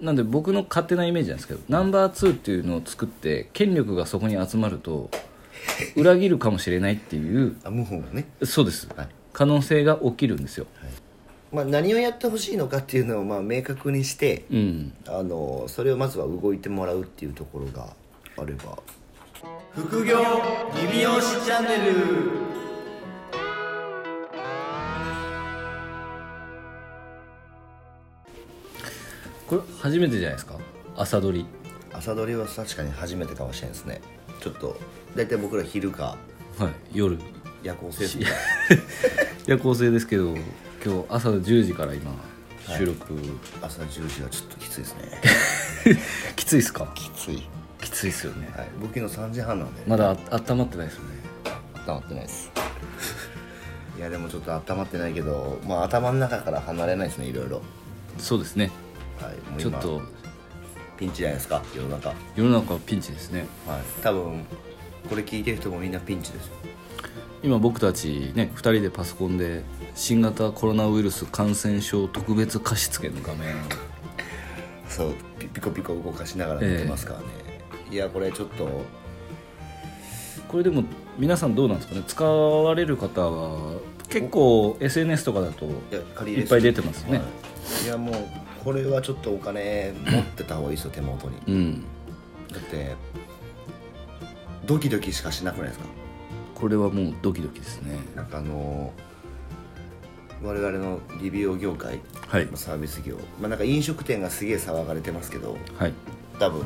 なんで僕の勝手なイメージなんですけどナンバー2っていうのを作って権力がそこに集まる と裏切るかもしれないっていうあ謀反がね、そうです、はい可能性が起きるんですよ、まあ、何をやってほしいのかっていうのをまあ明確にして、うんあのそれをまずは動いてもらうっていうところがあれば副業リビオシチャンネルこれ初めてじゃないですか朝取り朝取りは確かに初めてかもしれないですねちょっと大体僕ら昼かはい夜夜行性ですね夜行性ですけど今日朝10時から今収録、朝10時はちょっときついですね きついっすかきつい、きついっすよねはい、僕昨日3時半なんでまだあ温まってないですよね温まってないですいやでもちょっと温まってないけどまあ頭の中から離れないですねいろいろそうですねはいもうちょ今っとピンチじゃないですか世の中はい世の中はピンチですね多分これ聞いてる人もみんなピンチですよ今僕たちね2人でパソコンで新型コロナウイルス感染症特別貸付の画面をそうピピコピコ動かしながら寝てますからね、いやこれちょっとこれでも皆さんどうなんですかね使われる方は結構 SNS とかだといや借いっぱい出てますね、はい、いやもうこれはちょっとお金持ってた方がいいですよ手元にうんだってドキドキしかしなくないですかこれはもうドキドキですねなんかあの我々のリビオ業界はいサービス業、まあ、なんか飲食店がすげえ騒がれてますけどはい多分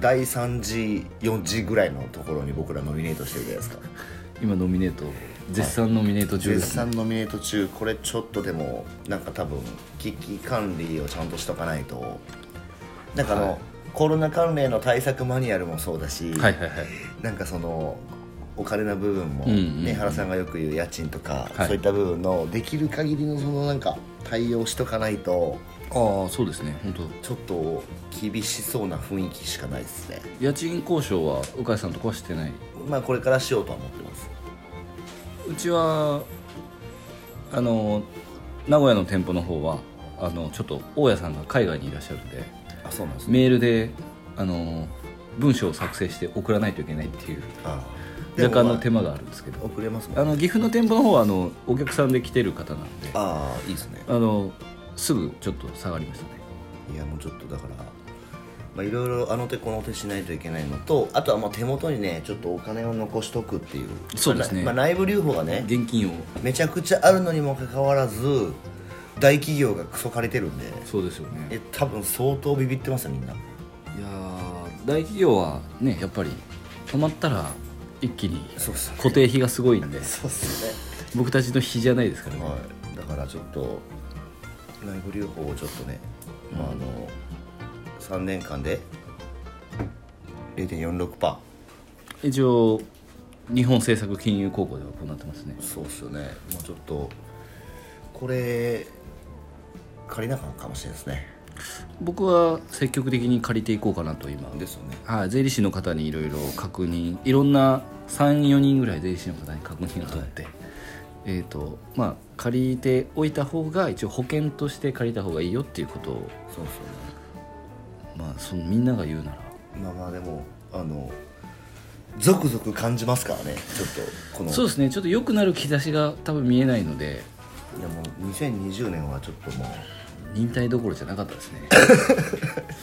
第3次4次ぐらいのところに僕らノミネートしてるじゃないですか今ノミネート絶賛ノミネート中で絶すね、賛ノミネート中これちょっとでもなんか多分危機管理をちゃんとしとかないとなんかあの、コロナ関連の対策マニュアルもそうだし、はい、はいはいなんかそのお金の部分も、うねんうんうん原さんがよく言う家賃とか、はいそういった部分のできる限りのそのなんか対応しとかないとああそうですね本当ちょっと厳しそうな雰囲気しかないですね家賃交渉は鵜飼さんとこはしてないまあこれからしようとは思ってますうちはあの名古屋の店舗の方はあのちょっと大家さんが海外にいらっしゃるんであそうなんですメールであの文章を作成して送らないといけないっていうああ若干ので手も間があるんですけまあど遅れますもんあの岐阜の店舗の方はあのお客さんで来てる方なんでああいいですねあのすぐちょっと下がりましたねいやもうちょっとだからまあいろいろあの手この手しないといけないのとあとはまあ手元にねちょっとお金を残しとくっていうそうですねまあ、内部留保がね現金をめちゃくちゃあるのにもかかわらず大企業がクソ借りてるんでそうですよねえ多分相当ビビってますよみんないやー大企業はねやっぱり止まったら一気にそうっすね固定費がすごいんでそうっすね僕たちの比じゃないですからね、はいだからちょっと内部留保をちょっとね、まあ、あの3年間で0.46%一応日本政策金融高校では行ってますねそうっすよねもうちょっとこれ借りなあかんかもしれないですね僕は積極的に借りていこうかなと今ですよねはい、税理士の方にいろいろ確認いろんな34人ぐらい税理士の方に確認を取って、えーとまあ、借りておいた方が一応保険として借りた方がいいよっていうことを、そうっすよねまあ、そのみんなが言うならまあまあでもあのゾクゾク感じますからねちょっとこのそうですねちょっと良くなる兆しが多分見えないのでいやもう2020年はちょっともう忍耐どころじゃなかったですね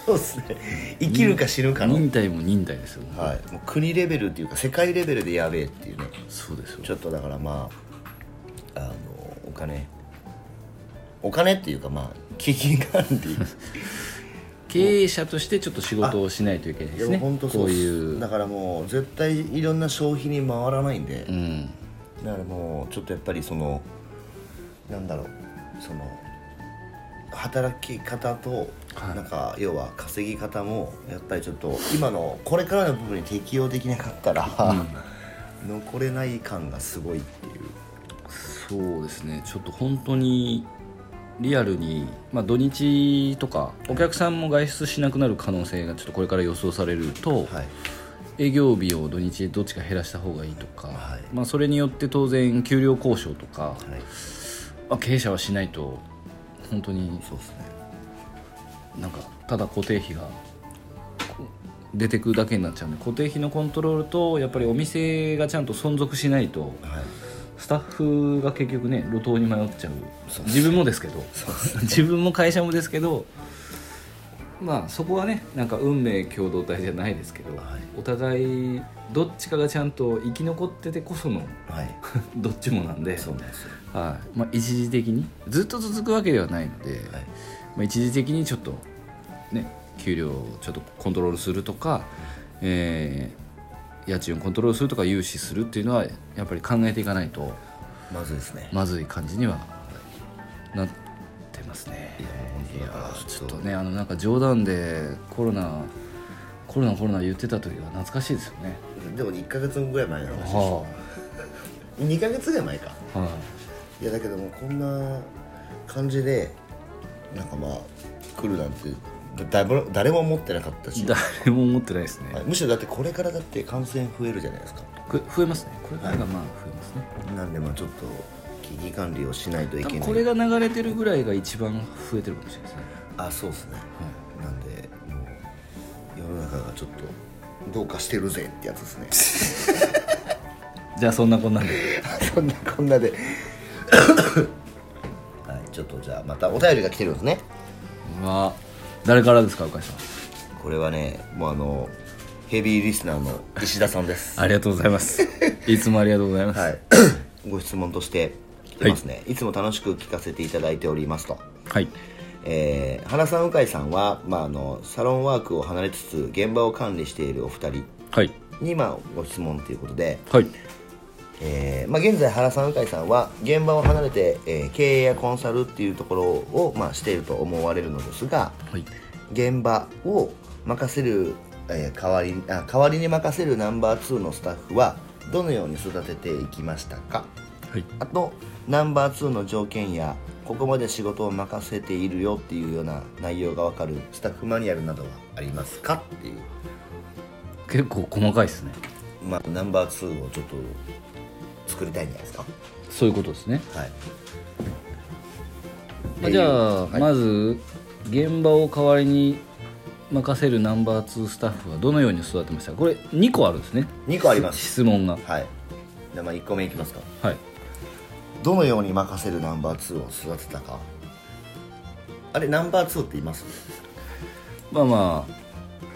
そうですね生きるか死ぬかの、忍耐も忍耐ですよ、はい、もう国レベルっていうか世界レベルでやべえっていうねそうですよちょっとだからまああのお金お金っていうかまあ基金管理経営者としてちょっと仕事をしないといけないですねいや本当こそううっすいうだからもう絶対いろんな消費に回らないんで、うんだからもうちょっとやっぱりそのなんだろうその働き方と、はいなんか要は稼ぎ方もやっぱりちょっと今のこれからの部分に適応できなかったら、残れない感がすごいっていうそうですねちょっと本当にリアルに、まあ、土日とかお客さんも外出しなくなる可能性がちょっとこれから予想されると、はい営業日を土日どっちか減らした方がいいとか、はいまあ、それによって当然給料交渉とか、はいまあ、経営者はしないと本当にそうですねなんかただ固定費がこう出てくるだけになっちゃうんで固定費のコントロールとやっぱりお店がちゃんと存続しないとはいスタッフが結局ね路頭に迷っちゃうそうっす自分もですけどそうですね自分も会社もですけどまあそこはねなんか運命共同体じゃないですけど、はいお互いどっちかがちゃんと生き残っててこその はいどっちもなんで、そうなんですよはいまあ、一時的にずっと続くわけではないので、はいまあ、一時的にちょっとね給料をちょっとコントロールするとか、えー家賃をコントロールするとか融資するっていうのはやっぱり考えていかないとまずいですねまずい感じにはなってますね。いやもう本当いやだからーちちょょっっととねあのなんか冗談でコロナコロナコロナ言ってた時が懐かしいですよね。でも1か月ぐらい前の話でしょは2か月ぐらい前かあ、はいやだけどもこんな感じでなんかまあ来るなんてだだ誰も思ってなかったしい、 誰も思ってないですね。はいむしろだってこれからだって感染増えるじゃないですかこ増えますね。これからがまあ増えますね。なんでまあちょっと危機管理をしないとい多け分ないこれが流れてるぐらいが一番増えてるかもしれないですね。あそうですね、なんでもう世の中がちょっとどうかしてるぜってやつですねじゃあそんなこんなんで。 そんなこんなで はいちょっとじゃあまたお便りが来てるんですねまあ誰からですかお母さん。これはねもうあのヘビーリスナーの石田さんですありがとうございます。いつもありがとうございます。はい、 ご質問として来てますね、い、つも楽しく聞かせていただいておりますと、はい。えー原さん鵜飼さんは、まあ、あのサロンワークを離れつつ現場を管理しているお二人はい。に、まあ、ご質問ということで、はい。えーまあ、現在原さん鵜飼さんは現場を離れて、えー経営やコンサルっていうところを、まあ、していると思われるのですがはい。現場を任せる、えー代わりあ代わりに任せるナンバー2のスタッフはどのように育てていきましたかはい。あとナンバー2の条件やここまで仕事を任せているよっていうような内容がわかるスタッフマニュアルなどはありますかっていう、結構細かいですね。まあ、ナンバー2をちょっと作りたいんじゃないですかそういうことですね。はいまあ、じゃあ、はいまず現場を代わりに任せるナンバー2スタッフはどのように育てましたかこれ2個あるんですね2個あります質問がはいじゃあまあ1個目いきますかはいどのように任せるナンバー2を育てたかあれナンバー2って言いますまあまあ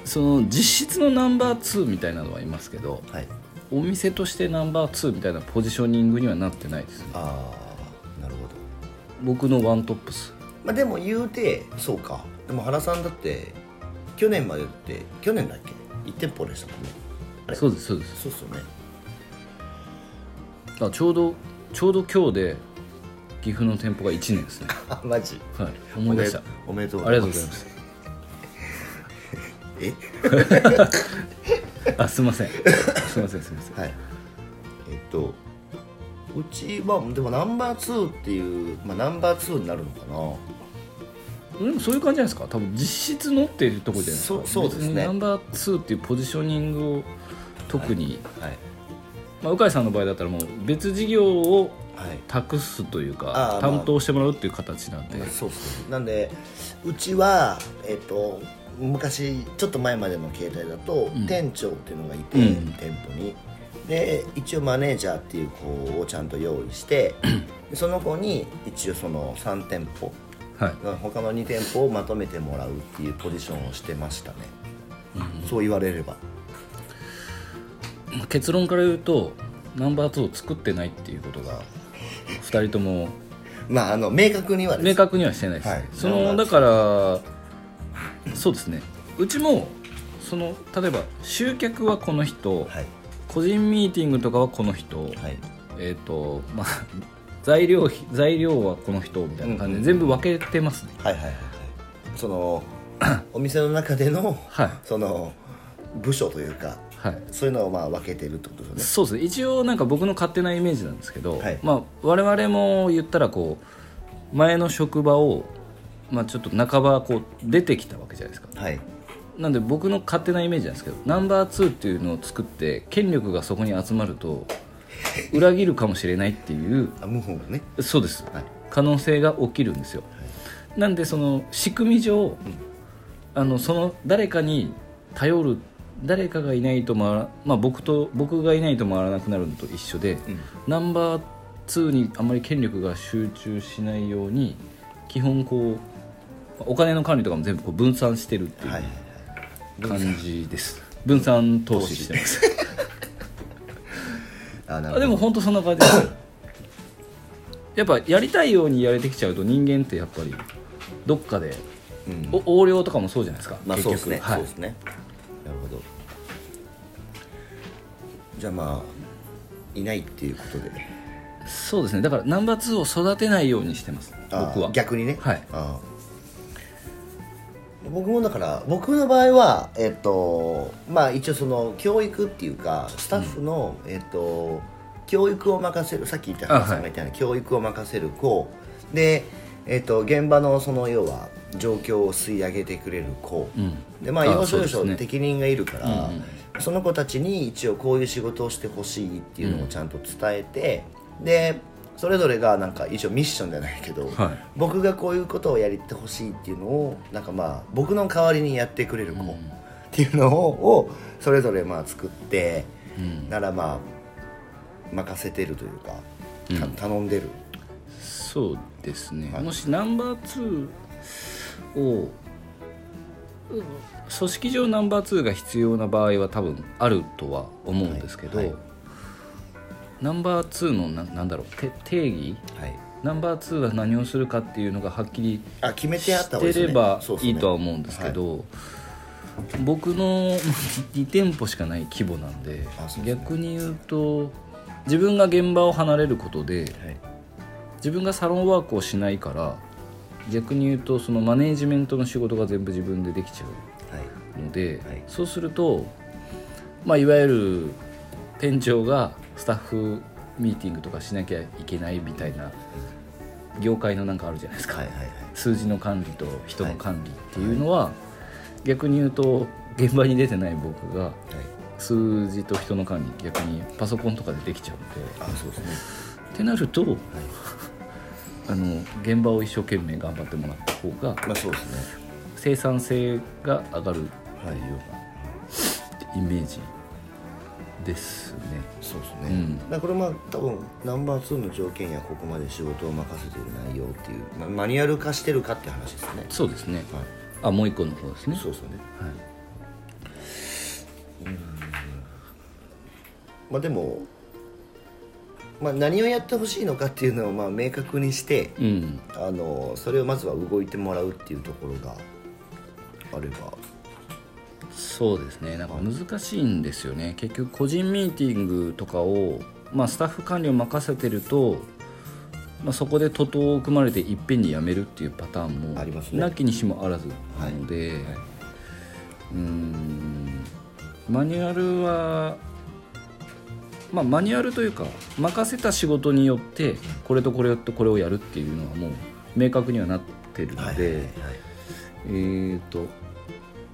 その実質のナンバー2みたいなのはいますけどはいお店としてナンバー2みたいなポジショニングにはなってないですねああなるほど僕のワントップスまあでも言うてそうかでも原さんだって去年までって去年だっけ1店舗でしたもんねあれそうですそうですそうっすよねあちょうどちょうど今日で岐阜の店舗が1年 ですね あマジはい思い出したあおめでとりうがとうございますえ あすいませんすいませんすいませんはいえっとうちはでもナンバー2っていう、まあ、ナンバー2になるのかなでもそういう感じじゃないですか多分実質のっていうところじゃないですかそうそうですね別にナンバー2っていうポジショニングを特に、はいまあ、鵜飼さんの場合だったらもう別事業をはい託すというかあーまあ担当してもらうっていう形なんで、そうっすねなんでうちはえっと昔ちょっと前までの携帯だと、うん店長っていうのがいて、うん店舗にで一応マネージャーっていう子をちゃんと用意してでその子に一応その3店舗はい他の2店舗をまとめてもらうっていうポジションをしてましたね、そう言われればまあ結論から言うとナンバー2を作ってないっていうことが2人ともまああの明確にはです明確にはしてないです、ねはいそナのンバだーツからそうですねうちもその例えば集客はこの人、はい個人ミーティングとかはこの人、はいえっ、とまあ材料費材料はこの人みたいな感じで全部分けてますね、はいはいはいはいその お店の中でのはいその部署というかはいそういうのをまあ分けてるってことですそうですね一応なんか僕の勝手なイメージなんですけど、はいまあ、我々も言ったらこう前の職場を、まあ、ちょっと半ばこう出てきたわけじゃないですかよねはいなんで僕の勝手なイメージなんですけどナンバー2っていうのを作って権力がそこに集まると 裏切るかもしれないっていうあ謀反がねそうです、はい可能性が起きるんですよ、なんでその仕組み上、あのその誰かに頼る誰かがいないと回ら、まあ、僕と僕がいないと回らなくなるのと一緒で、うんナンバー2にあまり権力が集中しないように基本こうお金の管理とかも全部こう分散してるっていはいう感じです、分散投資してますあなるほどあでも本当そんな感じですやっぱやりたいようにやれてきちゃうと人間ってやっぱりどっかで、うんお横領とかもそうじゃないですか、まあそうですね、はいそうですねなるほどじゃあまあいないっていうことでそうですねだからナンバー2を育てないようにしてます僕あーは逆にねはいあー僕もだから僕の場合はえっとまあ一応その教育っていうかスタッフの、えっと教育を任せるさっき言ったあはい話さんが言ったように教育を任せる子でえっと現場のその要は状況を吸い上げてくれる子、うんでまああ要そう所要です所ね適任がいるからうんそ,、の子たちに一応こういう仕事をしてほしいっていうのをちゃんと伝えて、でそれぞれがなんか一応ミッションじゃないけど、はい僕がこういうことをやりてほしいっていうのをなんかまあ僕の代わりにやってくれる子っていうのを,、をそれぞれまあ作って、うんならまあ任せてるというか、た頼んでるそうですね、はいもしナンバー2をうん組織上ナンバー2が必要な場合は多分あるとは思うんですけど、はいはいナンバー2のななんだろうて定義はいナンバー2が何をするかっていうのがはっきりあ決めてあった方がいしいでてれすねばそうですいねいとは思うんですけど、僕の 2店舗しかない規模なんであそうですね逆に言うと自分が現場を離れることではい自分がサロンワークをしないから逆に言うとそのマネージメントの仕事が全部自分でできちゃはい、うので、はいそうすると、まあ、いわゆる店長がスタッフミーティングとかしなきゃいけないみたいな業界のなんかあるじゃないですか、はいはいはい数字の管理と人の管理っていうのは、逆に言うと現場に出てない僕がはい数字と人の管理逆にパソコンとかでできちゃうんで。あそうですねってなると、あの現場を一生懸命頑張ってもらった方がまあそうですね生産性が上がるようはいなイメージですね。そうですね、うんだからこれまあ多分ナンバー2の条件やここまで仕事を任せている内容っていう、まあ、マニュアル化してるかって話ですねそうですね。はあもう一個の方ですいね。そうですよねはい、まあでも、まあ、何をやってほしいのかっていうのをまあ明確にしてうん、あのそれをまずは動いてもらうっていうところがあればそうですね。なんか難しいんですよね。結局個人ミーティングとかをまあスタッフ管理を任せてると。まあ、そこで徒党を組まれていっぺんに辞めるっていうパターンもありますねなきにしもあらずなので、うーんマニュアルは、まあ、マニュアルというか任せた仕事によってこれとこれとこれをやるっていうのはもう明確にはなってるので、はいはいはいえーと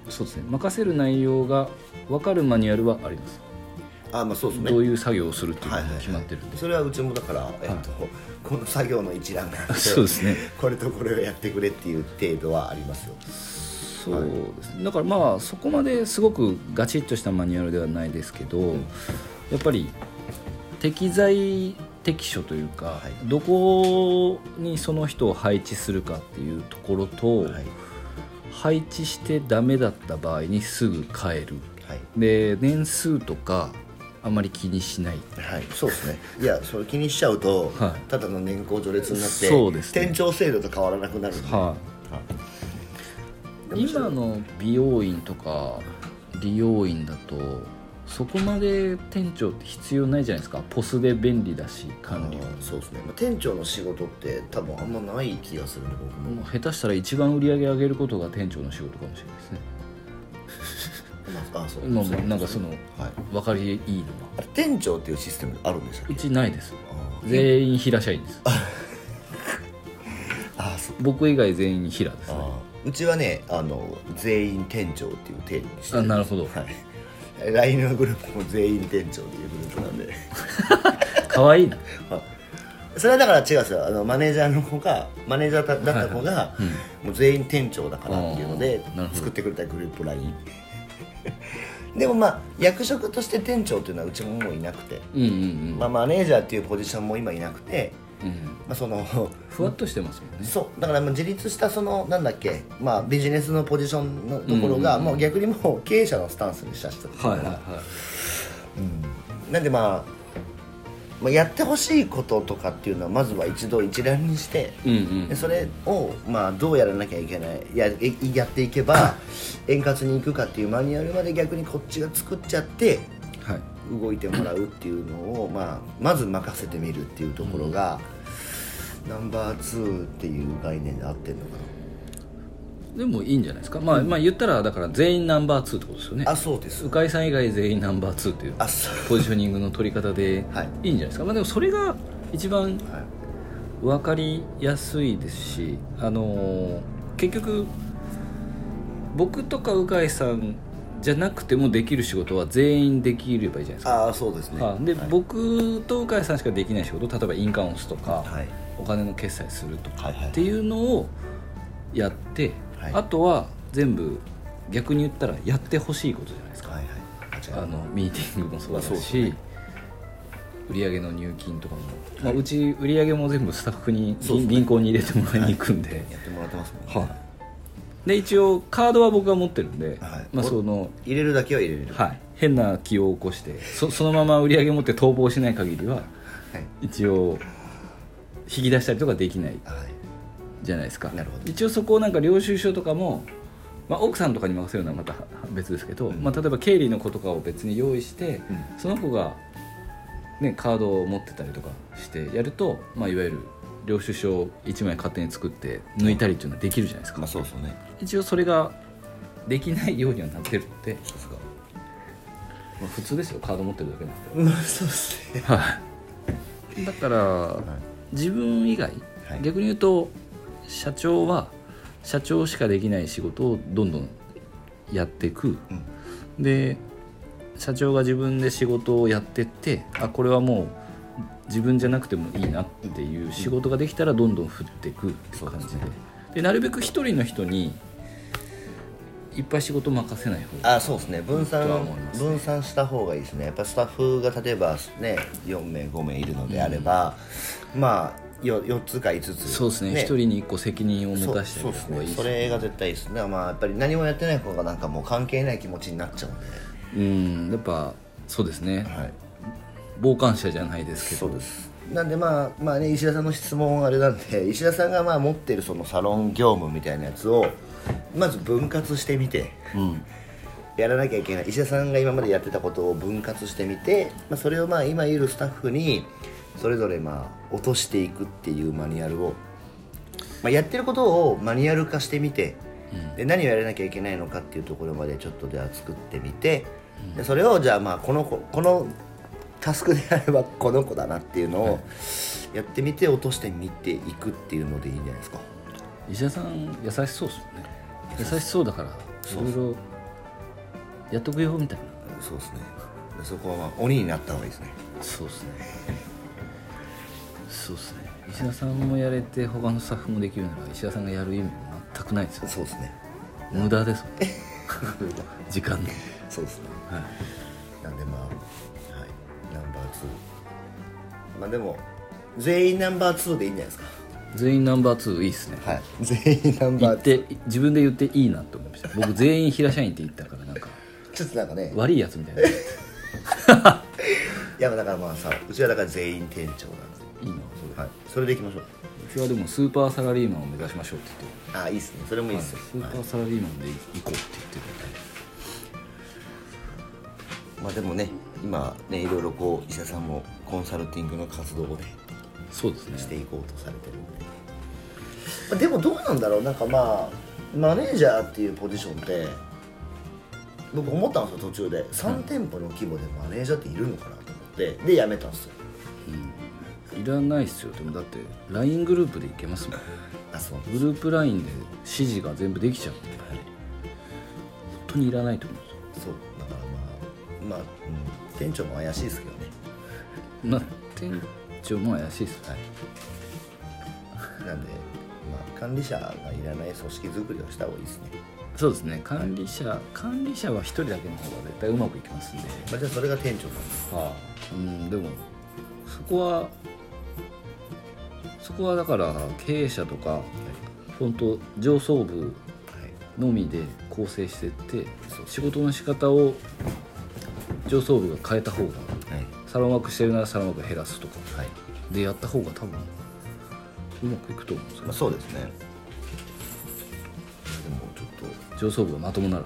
そうですね任せる内容が分かるマニュアルはあります、あまあそうですねどういう作業をするっていうはいのがはいはい決まってるんで、それはうちもだから、えっとこの作業の一覧があってそうですね これとこれをやってくれっていう程度はありますよそうですねだからまあそこまですごくガチッとしたマニュアルではないですけど、やっぱり適材適所というか、はいどこにその人を配置するかっていうところと、はい配置してダメだった場合にすぐ帰るはいで年数とかあまり気にしないはい、そうですねいやそれ気にしちゃうと、はいただの年功序列になってそうですね店長制度と変わらなくなるんで、ははいい、今の美容院とか理容院だとそこまで店長って必要ないじゃないですかポスで便利だしあ管理はのそうですね、まあ、店長の仕事って多分あんまない気がするね僕も、もう下手したら一番売り上げ上げることが店長の仕事かもしれないですねまああそうまあそうなんかそのはい分かりいいのはあれ店長っていうシステムあるんでしたっうけちないですあ全員平社員ですーあーそう僕以外全員平ですねあーうちはねあの全員店長っていう定義にしてあなるほどはい、LINE のグループも全員店長っていうグループなんで可愛いなあそれはだから違うんですよあのマネージャーの子がマネージャーだった子がもう全員店長だからっていうのであーなるほど作ってくれたグループ LINE でもまあ役職として店長っていうのはうちももういなくて、うんうんまあ、マネージャーっていうポジションも今いなくて、うんうんまあ、そのふわっとしてますもんねそうだからまあ自立したそのなんだっけ、まあ、ビジネスのポジションのところが、うんうんうんもう逆にもう経営者のスタンスにした人はいはいはなんでまあ、まあ、やってほしいこととかっていうのはまずは一度一覧にして、いうんうでんそれを、まあ、どうやらなきゃいけないやえやっていけば円滑にいくかっていうマニュアルまで逆にこっちが作っちゃってはい動いてもらうっていうのを、まあ、まず任せてみるっていうところが、ナンバー2っていう概念で合ってるのかでもいいんじゃないですかまあまあ言ったらだから全員ナンバー2ってことですよねなあそうです鵜飼さん以外全員ナンバー2っていうあそうポジショニングの取り方ではいいいんじゃないですか、まあ、でもそれが一番はい分かりやすいですし、あのー結局僕とか鵜飼さんじゃなくてもできる仕事は全員できればいいじゃないですか、ああそうですねはいで、はい僕と鵜飼さんしかできない仕事例えば印鑑を押すとか、はいお金の決済するとかはいはいっていうのをやって、はいあとは全部逆に言ったらやってほしいことじゃないですか、はいはいあ違あうのミーティングもそうだそうですし、売上の入金とかも、まあ、うち売上も全部スタッフにそうで銀すね銀行に入れてもらいに行くんで、やってもらってますもんねはいで一応カードは僕が持ってるんで、はいまあ、その、入れるだけは入れれるはい、変な気を起こしてそそのまま売上持って逃亡しない限りははい一応引き出したりとかできないはいじゃないですかなるほど一応そこをなんか領収書とかも、まあ、奥さんとかに任せるのはまた別ですけど、うんまあ、例えば経理の子とかを別に用意して、うその子が、ね、カードを持ってたりとかしてやると、まあ、いわゆる領収書を1枚勝手に作って抜いたりっていうのはできるじゃないですか、まあそうですよね一応それができないようにはなってるって、そうですかまあ、普通ですよカード持ってるだけなんまあそうですねで、はい、だから、自分以外、はい逆に言うと社長は社長しかできない仕事をどんどんやっていくうんで社長が自分で仕事をやってってあこれはもう自分じゃなくてもいいなっていう仕事ができたらどんどん振っていくって感じででなるべく一人の人にいっぱい仕事任せない方が あそうですね分散とは思いますね分散した方がいいですねやっぱスタッフが例えばね4名5名いるのであれば、まあよ4つか5つそうですね一人に一個責任を持そうたせてそあうげたです方がいいねですそれが絶対いいですねまあやっぱり何もやってない子がなんかもう関係ない気持ちになっちゃうんでうんやっぱそうですね、はい傍観者じゃないですけどそうですなんでまあまあね石田さんの質問はあれなんで 石田さんがまあ持ってるそのサロン業務みたいなやつをまず分割してみてうんやらなきゃいけない石田さんが今までやってたことを分割してみて、まあ、それをまあ今いるスタッフにそれぞれまあ落としていくっていうマニュアルを、まあ、やってることをマニュアル化してみて、で何をやらなきゃいけないのかっていうところまでちょっとでは作ってみて、でそれをじゃあまあこの子このタスクであればこの子だなっていうのをやってみて落としてみていくっていうのでいいんじゃないですか。石田さん優しそうですもんね優しそうだからいろいろやっとくよみたいなそうですねでそこはまあ鬼になった方がいいですね。そうですねそうですね石田さんもやれて他のスタッフもできるなら石田さんがやる意味は全くないですよそうですね。無駄ですも ん時間のそうですね。はいなんでまあ、はい、ナンバー2まあでも全員ナンバー2でいいんじゃないです全員ナンバー2いいですねかはい全員ナン言バっー2て自分で言っていいなって思いました僕全員平社員って言ったからなんかちょっとなんかね悪いやつみたいないやだからまあさうちはだから全員店長なんですよいなはいそれでいきましょう今日はでもスーパーサラリーマンを目指しましょうって言ってるあいいっすねそれもいいっすスよ、ーパーサラリーマンで行こうって言ってまあでもね今ねいろいろこう医者さんもコンサルティングの活動をるねそうですねしていこうとされてるんで、まあ、でもどうなんだろうなんかまあマネージャーっていうポジションって僕思ったんですよ途中で3店舗の規模でマネージャーっているのかなと思ってで辞めたんですよいらないっすよでもだって LINE グループで行けますもんあそうグループ LINE で指示が全部できちゃうんで本当にいらないと思うんですよそうだからまあまあ、うん、店長も怪しいですけどねまあ店ちゅうもんやしそれなんで、まあ、管理者がいらない組織づくりをした方がいいですね、そうですね管理者、管理者は一人だけの方が絶対うまくいきますんで、まあ、じゃあそれが店長なんですはあ、うんでもそこはそこはだから経営者とか本当上層部はいのみで構成してって仕事の仕方を上層部が変えた方がはいサロンワークしてるならサロンワーク減らすとかはい、でやった方が多分うまくいくと思うんですよまあ、そうですねでもちょっと上層部がまともなら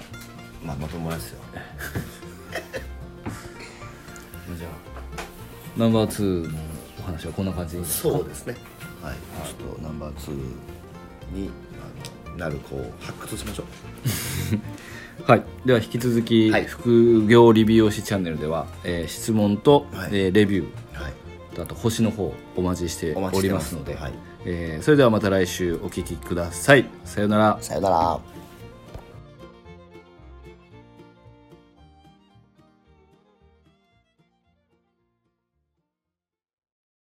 まあ、まともですよじゃあナンバー2のお話はこんな感じですかそうですねはいちょっとナンバー2にあのなる子を発掘しましょうはい、では引き続き、はい副業理美容師チャンネルでは、えー質問と、はいえーレビューはいとあと星の方お待ちしておお待ちしりてまますすのではいえーそれではまた来週お聞きくださいさようならさよなら